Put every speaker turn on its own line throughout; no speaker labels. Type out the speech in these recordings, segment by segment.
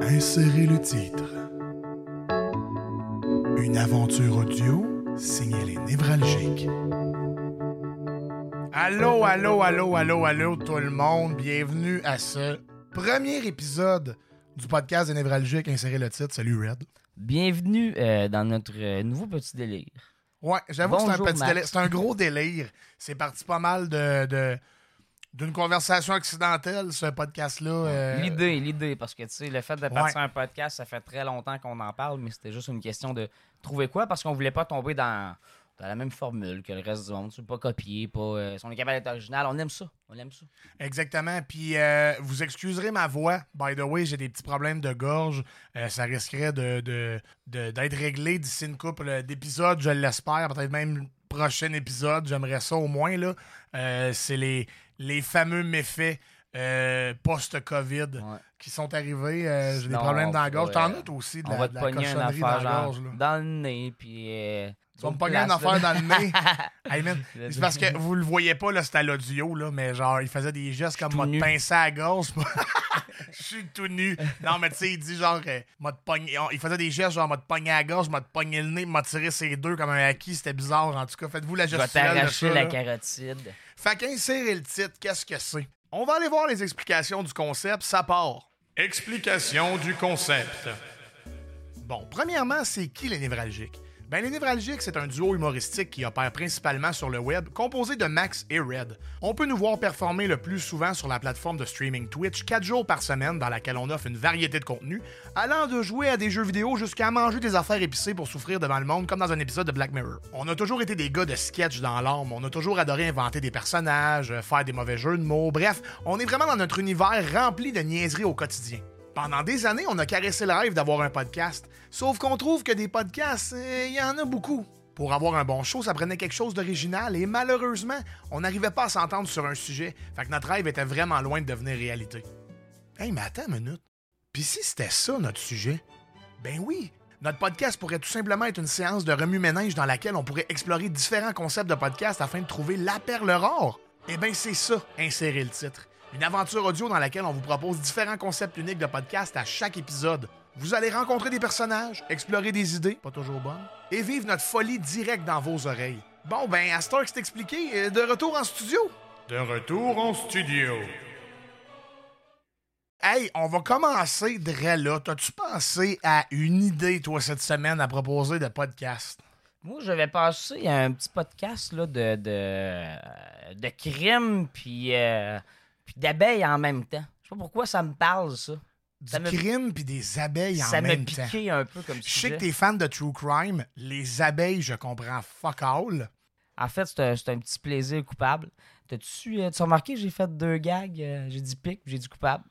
Insérez le titre. Une aventure audio signée Les Névralgiques. Allô, allô, allô, allô, allô, tout le monde. Bienvenue à ce premier épisode du podcast des Névralgiques. Insérez le titre. Salut, Red.
Bienvenue euh, dans notre euh, nouveau petit délire.
Ouais, j'avoue que c'est un
Bonjour,
petit
Max.
délire. C'est un gros délire. C'est parti pas mal de. de- d'une conversation accidentelle, ce podcast-là. euh,
L'idée, l'idée, parce que tu sais, le fait de partir
Ouais.
un podcast, ça fait très longtemps qu'on en parle, mais c'était juste une question de trouver quoi, parce qu'on voulait pas tomber dans, dans la même formule que le reste du monde. Tu veux pas copier, pas. euh, si on est capable d'être original, on aime ça. On aime ça.
Exactement. Puis euh, vous excuserez ma voix. By the way, j'ai des petits problèmes de gorge. Euh, ça risquerait de, de- de- d'être réglé d'ici une couple d'épisodes, je l'espère. Peut-être même le prochain épisode. J'aimerais ça au moins. Là. Euh, c'est les, les fameux méfaits euh, post-COVID
Ouais.
qui sont arrivés. Euh, j'ai des
Sinon,
problèmes dans la
on
gorge.
va,
T'en
euh,
as toi aussi de
on
la,
va
de
te
la
pogner une
cochonnerie dans
affaire
la
genre,
gorge. Là.
dans le nez, puis. euh,
Tu vas me
d'autres
pogner une
places, là.
affaire dans le nez. Hey, man,
Le-
c'est parce que vous le voyez pas, là, c'était à l'audio, là, mais genre, il faisait des gestes comme
tout
m'a
nu.
pincé à la gorge. Je suis tout nu. Non, mais tu sais, il dit genre, euh, m'a te pogné- il faisait des gestes genre, m'a te pogné à la gorge, m'a te pogné le nez, m'a tiré ses deux comme un acquis. C'était bizarre, en tout cas. Faites-vous la
Je vais
gestuelle. de
t'arracher
ça,
la
là.
carotide.
Fait qu'insérer le titre, qu'est-ce que c'est? On va aller voir les explications du concept, ça part. Explication du concept. Bon, premièrement, c'est qui les névralgiques? Ben, les névralgiques, c'est un duo humoristique qui opère principalement sur le web, composé de Max et Red. On peut nous voir performer le plus souvent sur la plateforme de streaming Twitch, 4 jours par semaine, dans laquelle on offre une variété de contenus, allant de jouer à des jeux vidéo jusqu'à manger des affaires épicées pour souffrir devant le monde, comme dans un épisode de Black Mirror. On a toujours été des gars de sketch dans l'âme, on a toujours adoré inventer des personnages, euh, faire des mauvais jeux de mots, bref, on est vraiment dans notre univers rempli de niaiseries au quotidien. Pendant des années, on a caressé le rêve d'avoir un podcast. Sauf qu'on trouve que des podcasts, euh, il y en a beaucoup. Pour avoir un bon show, ça prenait quelque chose d'original et malheureusement, on n'arrivait pas à s'entendre sur un sujet. Fait que notre rêve était vraiment loin de devenir réalité. Hey, mais attends une minute. Puis si c'était ça notre sujet? Ben oui! Notre podcast pourrait tout simplement être une séance de remue-ménage dans laquelle on pourrait explorer différents concepts de podcast afin de trouver la perle rare. Eh bien, c'est ça, insérer le titre. Une aventure audio dans laquelle on vous propose différents concepts uniques de podcast à chaque épisode. Vous allez rencontrer des personnages, explorer des idées, pas toujours bonnes, et vivre notre folie directe dans vos oreilles. Bon, ben, à cette heure que c'est expliqué, euh, de retour en studio.
De retour en studio.
Hey, on va commencer de là. T'as-tu pensé à une idée, toi, cette semaine, à proposer de podcast?
Moi, j'avais passé à un petit podcast là, de, de, euh, de crime puis, euh, puis d'abeilles en même temps. Je sais pas pourquoi ça me parle, ça.
Du
Ça me-
crime puis des abeilles
ça
en
m'a
même temps.
piqué un peu comme
Je sais
sujet.
que t'es fan de True Crime. Les abeilles, je comprends fuck all.
En fait, c'est un, c'est un petit plaisir coupable. T'as-tu euh, t'as remarqué, j'ai fait deux gags, euh, j'ai dit pic, puis j'ai dit coupable.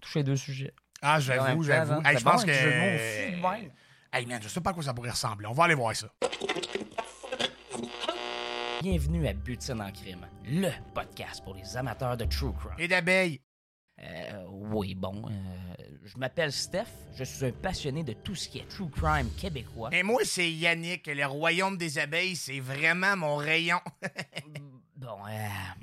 Touché deux sujets.
Ah,
En même
j'avoue,
temps,
j'avoue.
hein,
Hey,
c'est
je pense
bon,
que.
un jeu de mots fou de même.
Hey, man, je sais pas à quoi ça pourrait ressembler. On va aller voir ça.
Bienvenue à Butine en crime, le podcast pour les amateurs de true crime.
Et d'abeilles.
Euh, oui, bon, euh, je m'appelle Steph, je suis un passionné de tout ce qui est true crime québécois.
Et moi, c'est Yannick. Le royaume des abeilles, c'est vraiment mon rayon.
Bon, euh,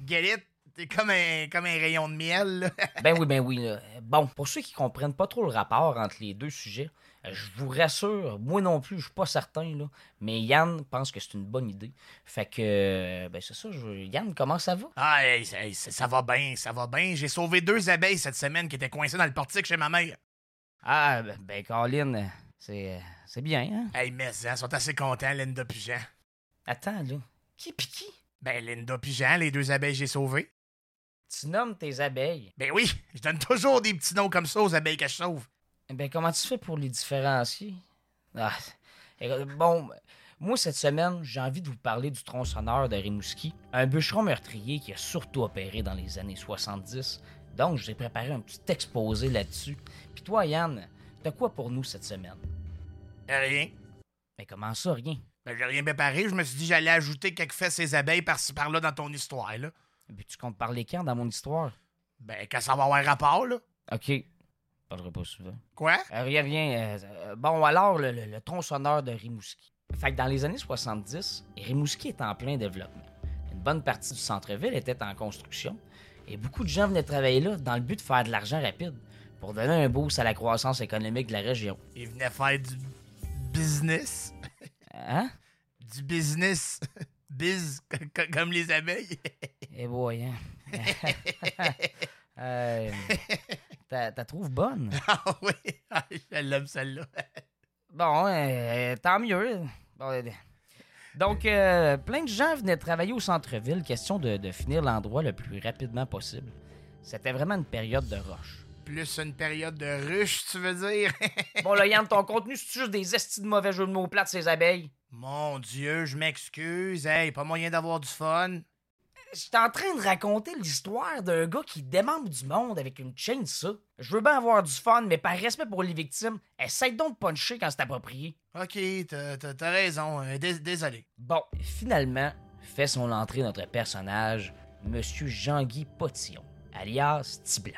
Get it? T'es comme un, comme un rayon de miel, là.
ben oui, ben oui. là. Bon, pour ceux qui comprennent pas trop le rapport entre les deux sujets, euh, je vous rassure, moi non plus, je suis pas certain, là, mais Yann pense que c'est une bonne idée. Fait que, euh, ben c'est ça, je... veux- Yann, comment ça va?
Ah, hey, ça, hey, ça- ça va bien, ça va bien. J'ai sauvé deux abeilles cette semaine qui étaient coincées dans le portique chez ma mère.
Ah, ben- ben Colin, euh, c'est euh, c'est bien, hein?
Hey, mais hein, sont assez contents, Linda puis Jean.
Attends, là, qui pis qui?
Ben, Linda puis Jean, les deux abeilles que j'ai sauvées.
Tu nommes tes abeilles.
Ben oui, je donne toujours des petits noms comme ça aux abeilles que je sauve.
Ben, comment tu fais pour les différencier? Ah, écoute, bon, moi, cette semaine, j'ai envie de vous parler du tronçonneur de Rimouski, un bûcheron meurtrier qui a surtout opéré dans les années 70. Donc, j'ai préparé un petit exposé là-dessus. Puis toi, Yann, t'as quoi pour nous cette semaine?
Euh, Rien.
Mais comment ça, rien?
Ben, j'ai rien préparé. Je me suis dit j'allais ajouter quelques faits ces abeilles par-ci par-là dans ton histoire, là.
Ben, tu comptes parler quand dans mon histoire?
Ben, quand ça va avoir rapport, là.
OK. Je parlerai pas souvent.
Quoi?
Euh, rien, rien. euh, euh, bon, alors, le, le- le tronçonneur de Rimouski. Fait que dans les années 70, Rimouski est en plein développement. Une bonne partie du centre-ville était en construction et beaucoup de gens venaient travailler là dans le but de faire de l'argent rapide. pour donner un boost à la croissance économique de la région.
Il venait faire du business.
Hein?
Du business. Biz, co- co- comme les abeilles.
Eh boy, hein? Euh, T'as t'as trouves bonne?
Ah oui, Ah, je l'aime celle-là.
Bon, euh, tant mieux. Bon, euh, donc, euh, plein de gens venaient travailler au centre-ville, question de, de finir l'endroit le plus rapidement possible. C'était vraiment une période de roche.
Plus une période de ruche, tu veux dire?
Bon, là, Yann, ton contenu, c'est juste des estis de mauvais jeux de mots plates, ces abeilles.
Mon Dieu, je m'excuse. Hey, pas moyen d'avoir du fun.
J'étais en train de raconter l'histoire d'un gars qui démembre du monde avec une chaîne, ça. Je veux bien avoir du fun, mais par respect pour les victimes, essaye donc de puncher quand c'est approprié.
Ok, t'as- t'as t'as raison. Euh, dés- Désolé.
Bon, finalement, fait son entrée notre personnage, Monsieur Jean-Guy Potillon, alias Tiblan.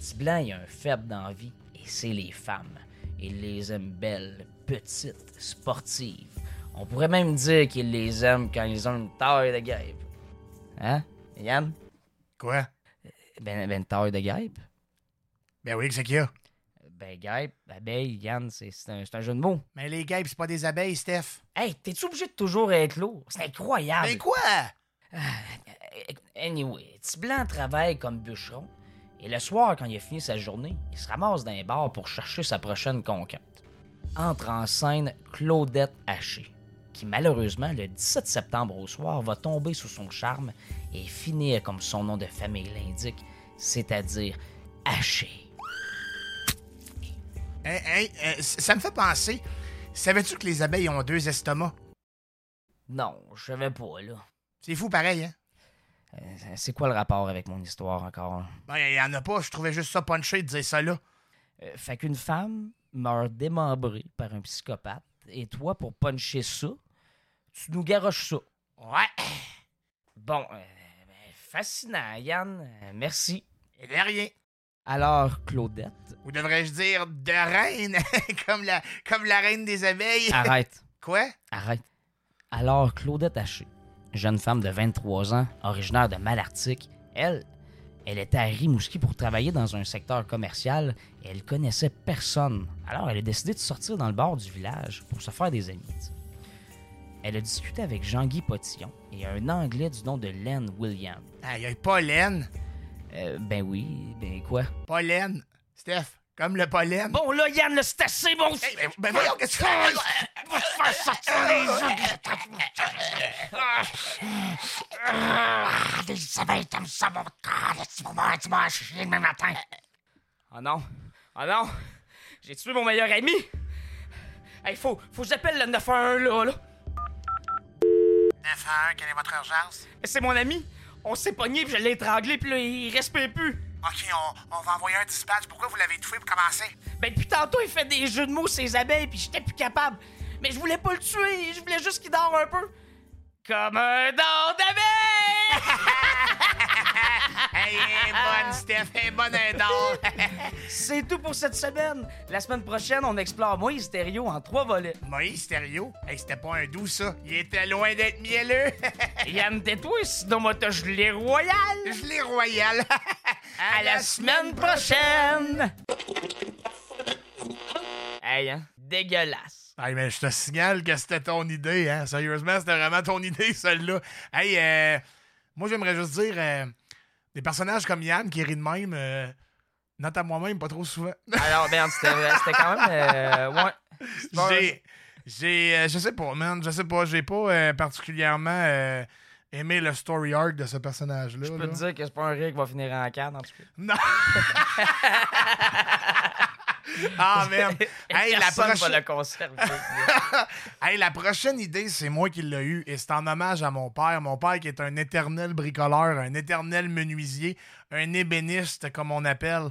Tiblan, il a un faible d'envie, et c'est les femmes. Il les aime belles, petites, sportives. On pourrait même dire qu'il les aime quand ils ont une taille de guêpe. Hein, Yann?
Quoi?
Ben, ben une taille de guêpe?
Ben oui, que c'est qu'il y a.
Ben guêpe, abeille, Yann, c'est c'est un, c'est un jeu de mots.
Mais les guêpes, c'est pas des abeilles, Steph.
Hey, t'es-tu obligé de toujours être lourd? C'est incroyable!
Mais quoi? Hein,
Eh, Anyway, Tiblan travaille comme bûcheron et le soir, quand il a fini sa journée, il se ramasse dans un bar pour chercher sa prochaine conquête. Entre en scène Claudette Haché, qui malheureusement, le 17 septembre au soir, va tomber sous son charme et finir comme son nom de famille l'indique, c'est-à-dire Haché.
Hein, hein, hein, c- ça me fait penser. Savais-tu que les abeilles ont deux estomacs?
Non, je savais pas, là.
C'est fou pareil, hein?
Euh, C'est quoi le rapport avec mon histoire encore?
Ben, y en a pas, je trouvais juste ça punché de dire ça là.
Euh, fait qu'une femme meurt démembrée par un psychopathe, et toi, pour puncher ça, tu nous garoches ça.
Ouais.
Bon, euh, ben, fascinant, Yann. Euh, merci.
Et de Eh ben, rien.
Alors, Claudette.
Ou devrais-je dire de reine, comme, la, comme la reine des abeilles?
Arrête,
Quoi?
arrête. Alors, Claudette Haché, jeune femme de 23 ans, originaire de Malartic, elle, elle était à Rimouski pour travailler dans un secteur commercial et elle connaissait personne. Alors, elle a décidé de sortir dans le bord du village pour se faire des amis. tu sais. Elle a discuté avec Jean-Guy Potillon et un Anglais du nom de Len William.
Aïe, aïe, pollen.
Euh, ben oui, ben quoi?
Pollen. Steph, comme le pollen.
Bon là, Yann, là, c'est assez, bon!
Hey, ben, ben voyons, qu'est-ce que tu fais?
Va te faire sortir les Des abeilles comme ça, mon corps. Tu vas voir, tu vas chier demain matin. Oh non. Oh non. J'ai tué mon meilleur ami. Hey, faut, faut que j'appelle le 911 là, là.
9 1, quelle est votre urgence?
C'est mon ami. On s'est pogné puis je l'ai étranglé puis là, il respire plus.
Ok, on, on va envoyer un dispatch. Pourquoi vous l'avez étouffé pour commencer?
Ben depuis tantôt, il fait des jeux de mots ces abeilles puis j'étais plus capable. Mais je voulais pas le tuer, je voulais juste qu'il dort un peu. Comme un don d'abeille!
Hey, hey, bonne, Steph. Hey, bonne indole.
C'est tout pour cette semaine. La semaine prochaine, on explore Moïse Stéréo en trois volets.
Moïse Thériault? Hey, c'était pas un doux, ça. Il était loin d'être mielleux.
Yann, tais-toi, sinon moi t'as gelé royal.
Je l'ai royal.
À la semaine prochaine! Hey, hein? Dégueulasse.
Hey, mais je te signale que c'était ton idée, hein. Sérieusement, c'était vraiment ton idée, celle-là. Hey, euh, moi, j'aimerais juste dire, euh, des personnages comme Yann qui rit de même, euh, note à moi-même, pas trop souvent.
Alors, merde, c'était c'était quand même. euh, ouais. C'est pas-
j'ai, j'ai, euh, je sais pas, man, je sais pas, j'ai pas euh, particulièrement euh, aimé le story arc de ce personnage-là.
Je peux
là.
te dire que c'est pas un rire qui va finir en canne, en tout cas.
Non. ah, man. Hey, la
Personne
prochaine...
va le conserver.
Hey, la prochaine idée, c'est moi qui l'ai eue et c'est en hommage à mon père. Mon père qui est un éternel bricoleur, un éternel menuisier, un ébéniste, comme on appelle.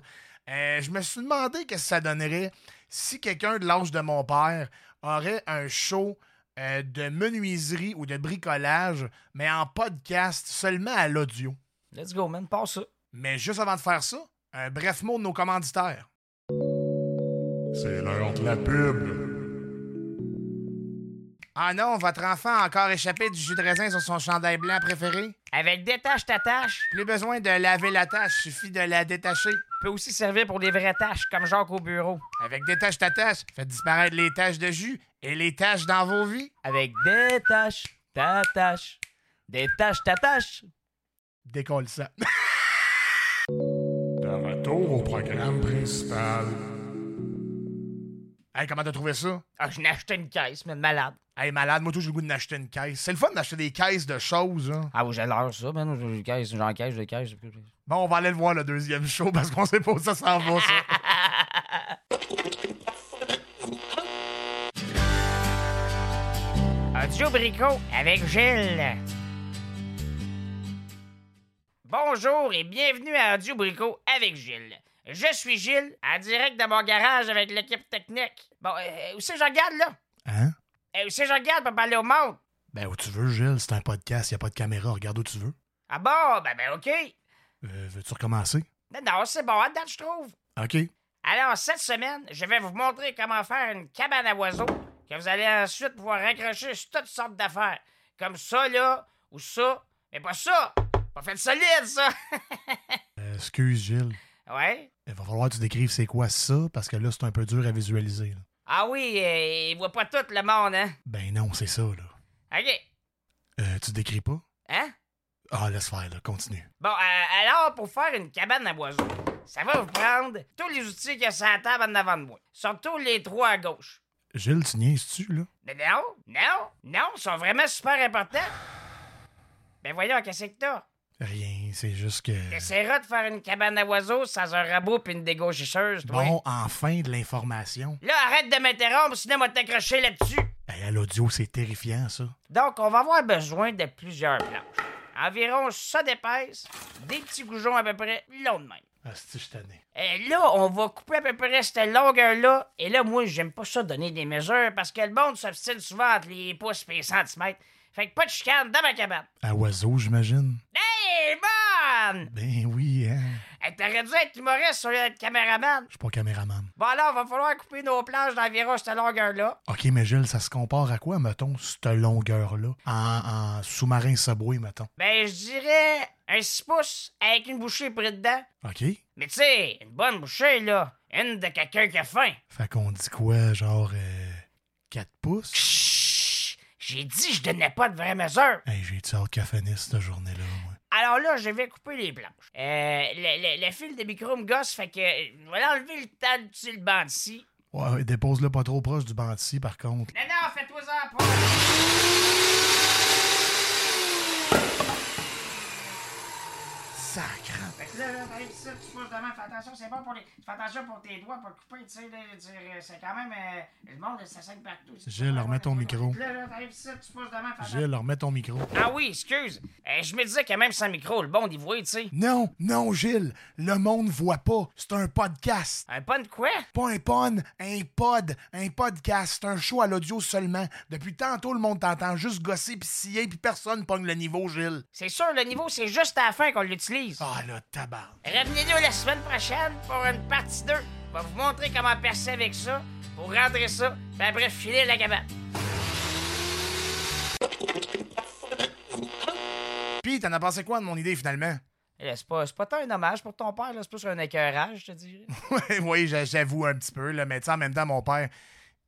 Euh, je me suis demandé qu'est-ce que ça donnerait si quelqu'un de l'âge de mon père aurait un show euh, de menuiserie ou de bricolage, mais en podcast seulement à l'audio.
Let's go, man. Passe ça.
Mais juste avant de faire ça, un bref mot de nos commanditaires.
C'est l'heure de la pub.
Ah non, votre enfant a encore échappé du jus de raisin sur son chandail blanc préféré?
Avec détache ta tâche,
Plus besoin de laver la tâche, suffit de la détacher.
peut aussi servir pour des vraies tâches, comme Jacques au bureau.
Avec détache ta tâche, faites disparaître les taches de jus et les taches dans vos vies.
Avec détache ta tâche, détache ta tâche.
Décolle ça.
De retour au programme principal.
hey, comment t'as trouvé ça?
Ah, je n'ai acheté une caisse, mais de malade.
Hey, malade, moi, tout, j'ai le goût d'acheter une caisse. C'est le fun d'acheter des caisses de choses, hein.
Ah, oui, j'ai l'heure, ça, ben, j'ai une caisse, j'en caisse, j'ai une caisse.
Bon, on va aller le voir, le deuxième show, parce qu'on sait pas où ça s'en va, ça.
Audio Brico avec Gilles. Bonjour et bienvenue à Audio Brico avec Gilles. Je suis Gilles, en direct de mon garage avec l'équipe technique. Bon, euh, où c'est que je regarde, là?
Hein?
Euh, où c'est que je regarde pour parler au monde?
Ben, où tu veux, Gilles, c'est un podcast, y a pas de caméra, regarde où tu veux.
Ah bon, ben, ben, OK.
Euh, veux-tu recommencer?
Non, non, c'est bon, à date, je trouve.
OK.
Alors, cette semaine, je vais vous montrer comment faire une cabane à oiseaux que vous allez ensuite pouvoir raccrocher sur toutes sortes d'affaires. Comme ça, là, ou ça, mais pas ça. Pas fait de solide, ça.
Euh, excuse, Gilles.
ouais.
Il va falloir que tu décrives c'est quoi ça, parce que là, c'est un peu dur à visualiser. là.
Ah oui, euh, il voit pas tout le monde, hein.
Ben non, c'est ça, là.
OK.
Euh, tu décris pas?
Hein?
Ah, laisse faire, là, continue.
Bon, euh, alors, pour faire une cabane à oiseaux, ça va vous prendre tous les outils qu'il y a sur la table en avant de moi. Surtout les trois à gauche.
Gilles, tu niaises-tu, là?
Mais non, non, non, ils sont vraiment super importants. Ben voyons, qu'est-ce que t'as?
Rien, c'est juste que...
T'essaieras de faire une cabane à oiseaux sans un rabot puis une dégauchisseuse, toi.
Bon, enfin de l'information.
Là, arrête de m'interrompre, sinon on va t'accrocher là-dessus.
Hey, à l'audio, c'est terrifiant, ça.
Donc, on va avoir besoin de plusieurs planches. Environ ça d'épaisse, des petits goujons à peu près longs de même.
Ah, c'est-tu, je suis tanné.
Et là, on va couper à peu près cette longueur-là. Et là, moi, j'aime pas ça donner des mesures parce que le monde s'obstine souvent entre les pouces et les centimètres. Fait que pas de chicane dans ma cabane.
À oiseau, j'imagine?
Hey, man!
Ben oui, hein.
Hey, T'aurais dû être humoriste au lieu d'être caméraman.
Je suis pas caméraman.
Bon, alors, va falloir couper nos planches d'environ cette longueur-là.
OK, mais Gilles, ça se compare à quoi, mettons, cette longueur-là? En, en sous-marin subway, mettons.
Ben, je dirais un 6 pouces avec une bouchée près dedans.
OK.
Mais tu sais, une bonne bouchée, là. Une de quelqu'un qui a faim.
Fait qu'on dit quoi, genre... euh, 4 pouces?
Chut! J'ai dit je donnais pas de vraies mesures.
Hey, j'ai été hâte cafaniste, cette journée-là, moi.
Alors là, je vais couper les planches. Euh, le, le- le fil de micro me gosse, fait que euh, je vais enlever le tas sur le banc d'ici.
Ouais, ouais, dépose-le pas trop proche du banc de scie, par contre.
Non, non, fais-toi ça pas.
Sacre.
Fait que là, là, t'arrives ici, tu pousses devant, fais attention, c'est bon pour les. Fais attention pour tes doigts, pour couper, tu sais, là, je veux dire, euh, c'est quand même. euh, le monde, ça saigne partout.
Gilles, remets ton micro.
Là, là, t'arrives ici, tu pousses devant, fais attention.
Gilles, remets ton micro.
Ah oui, excuse. Euh, je me disais que même sans micro, le monde, il voit, tu sais.
Non, non, Gilles, le monde voit pas. C'est un podcast.
Un Euh, pas de quoi?
Pas un pon, un pod, un podcast. C'est un show à l'audio seulement. Depuis tantôt, le monde t'entend juste gosser pis scier pis personne pogne le niveau, Gilles.
C'est sûr, le niveau, c'est juste à la fin qu'on l'utilise.
Ah là, tabarde.
Revenez-nous la semaine prochaine pour une partie 2. On va vous montrer comment percer avec ça, pour rentrer ça, puis après filer la cabane.
Pis t'en as pensé quoi de mon idée finalement?
Là, Eh, C'est pas, c'est pas tant un hommage pour ton père, là, c'est plus un écœurage, je te dirais.
Ouais, oui, j'a- j'avoue un petit peu, là, mais tu sais, en même temps, mon père.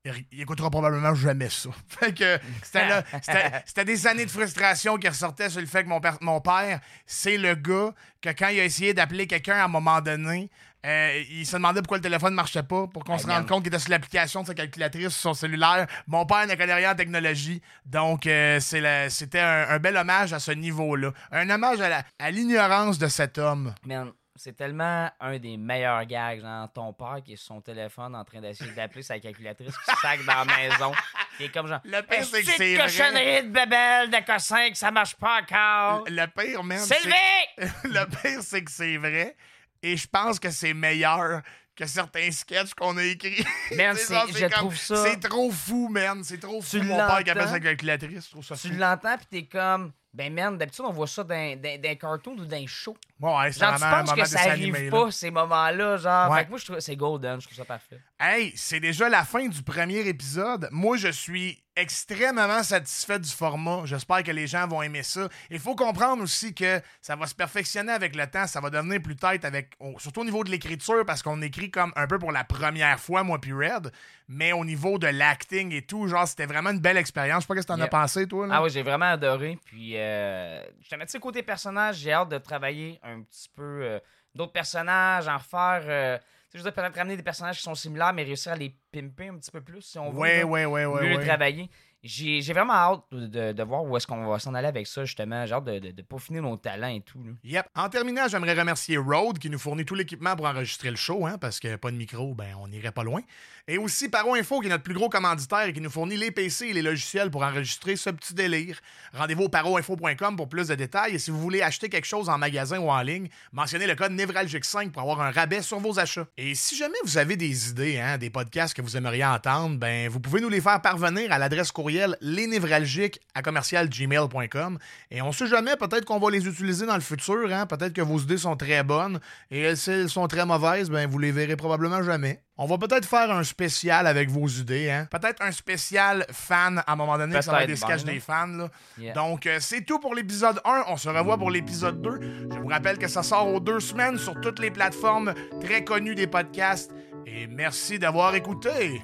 Il r- il écoutera probablement jamais ça. Fait que c'était là- c'était- c'était des années de frustration qui ressortaient sur le fait que mon, père- mon père, c'est le gars que quand il a essayé d'appeler quelqu'un à un moment donné, euh, il se demandait pourquoi le téléphone marchait pas, pour qu'on se rende compte qu'il était sur l'application de sa calculatrice, sur son cellulaire. Mon père ne connaît rien en technologie, donc euh, c'est la- c'était un, un bel hommage à ce niveau-là. Un hommage à la- à l'ignorance de cet homme.
Man, c'est tellement un des meilleurs gags. Genre, ton père qui est sur son téléphone en train d'essayer d'appeler sa calculatrice qui sac dans la maison. Qui est comme genre.
Le pire, c'est que
Esti de
c'est vrai.
cochonnerie de bébelle, de cossin, que ça marche pas encore.
Le pire, même.
C'est levé!
le pire, c'est que c'est vrai. Et je pense que c'est meilleur que certains sketchs qu'on a écrits.
Man,
C'est
c'est-
genre,
je trouve ça-
C'est trop fou, man. C'est trop fou.
Tu
Mon père qui
l'entends?
appelle sa calculatrice, je trouve ça fou.
Tu l'entends, pis t'es comme. Ben, man, d'habitude, on voit ça dans dans- dans un cartoon ou dans un show.
Ouais, c'est
Genre, tu
vraiment un
penses
moment
que
de
ça arrive pas, ces moments-là. Genre,
Ouais.
Fait que moi, je trouve c'est golden, je trouve ça parfait.
Hey, c'est déjà la fin du premier épisode. Moi, je suis extrêmement satisfait du format. J'espère que les gens vont aimer ça. Il faut comprendre aussi que ça va se perfectionner avec le temps, ça va devenir plus tête avec au- surtout au niveau de l'écriture parce qu'on écrit comme un peu pour la première fois moi puis Red, mais au niveau de l'acting et tout, genre c'était vraiment une belle expérience. Je sais pas ce que t'en
Yeah.
as pensé toi là.
Ah oui, j'ai vraiment adoré. Puis, euh, je te mets tu sais, côté personnage, j'ai hâte de travailler un petit peu euh, d'autres personnages, en refaire. euh, tu sais, je veux dire, peut-être ramener des personnages qui sont similaires, mais réussir à les pimper un petit peu plus, si on veut.
ouais,
là.
ouais, ouais, ouais,
mieux les
ouais.
travailler. J'ai j'ai vraiment hâte de, de- de voir où est-ce qu'on va s'en aller avec ça, justement. J'ai hâte de, de, de peaufiner nos talents et tout. là.
Yep. En terminant, j'aimerais remercier Rode qui nous fournit tout l'équipement pour enregistrer le show, hein, parce que pas de micro, ben on n'irait pas loin. Et aussi Paro Info qui est notre plus gros commanditaire et qui nous fournit les PC et les logiciels pour enregistrer ce petit délire. Rendez-vous au paroinfo.com pour plus de détails. Et si vous voulez acheter quelque chose en magasin ou en ligne, mentionnez le code Névralgique5 pour avoir un rabais sur vos achats. Et si jamais vous avez des idées, hein, des podcasts que vous aimeriez entendre, ben vous pouvez nous les faire parvenir à l'adresse courriel lesnévralgiques à commercial gmail.com. Et on sait jamais, peut-être qu'on va les utiliser dans le futur, hein? peut-être que vos idées sont très bonnes et elles, si elles sont très mauvaises, ben vous les verrez probablement jamais. On va peut-être faire un spécial avec vos idées, hein? peut-être un spécial fan à un moment donné, ça va être des
Peut-être
sketchs
bien,
des fans. Là.
Yeah.
Donc, euh, c'est tout pour l'épisode 1. On se revoit pour l'épisode 2. Je vous rappelle que ça sort aux deux semaines sur toutes les plateformes très connues des podcasts. Et merci d'avoir écouté.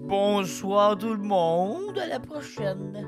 Bonsoir tout le monde, à la prochaine.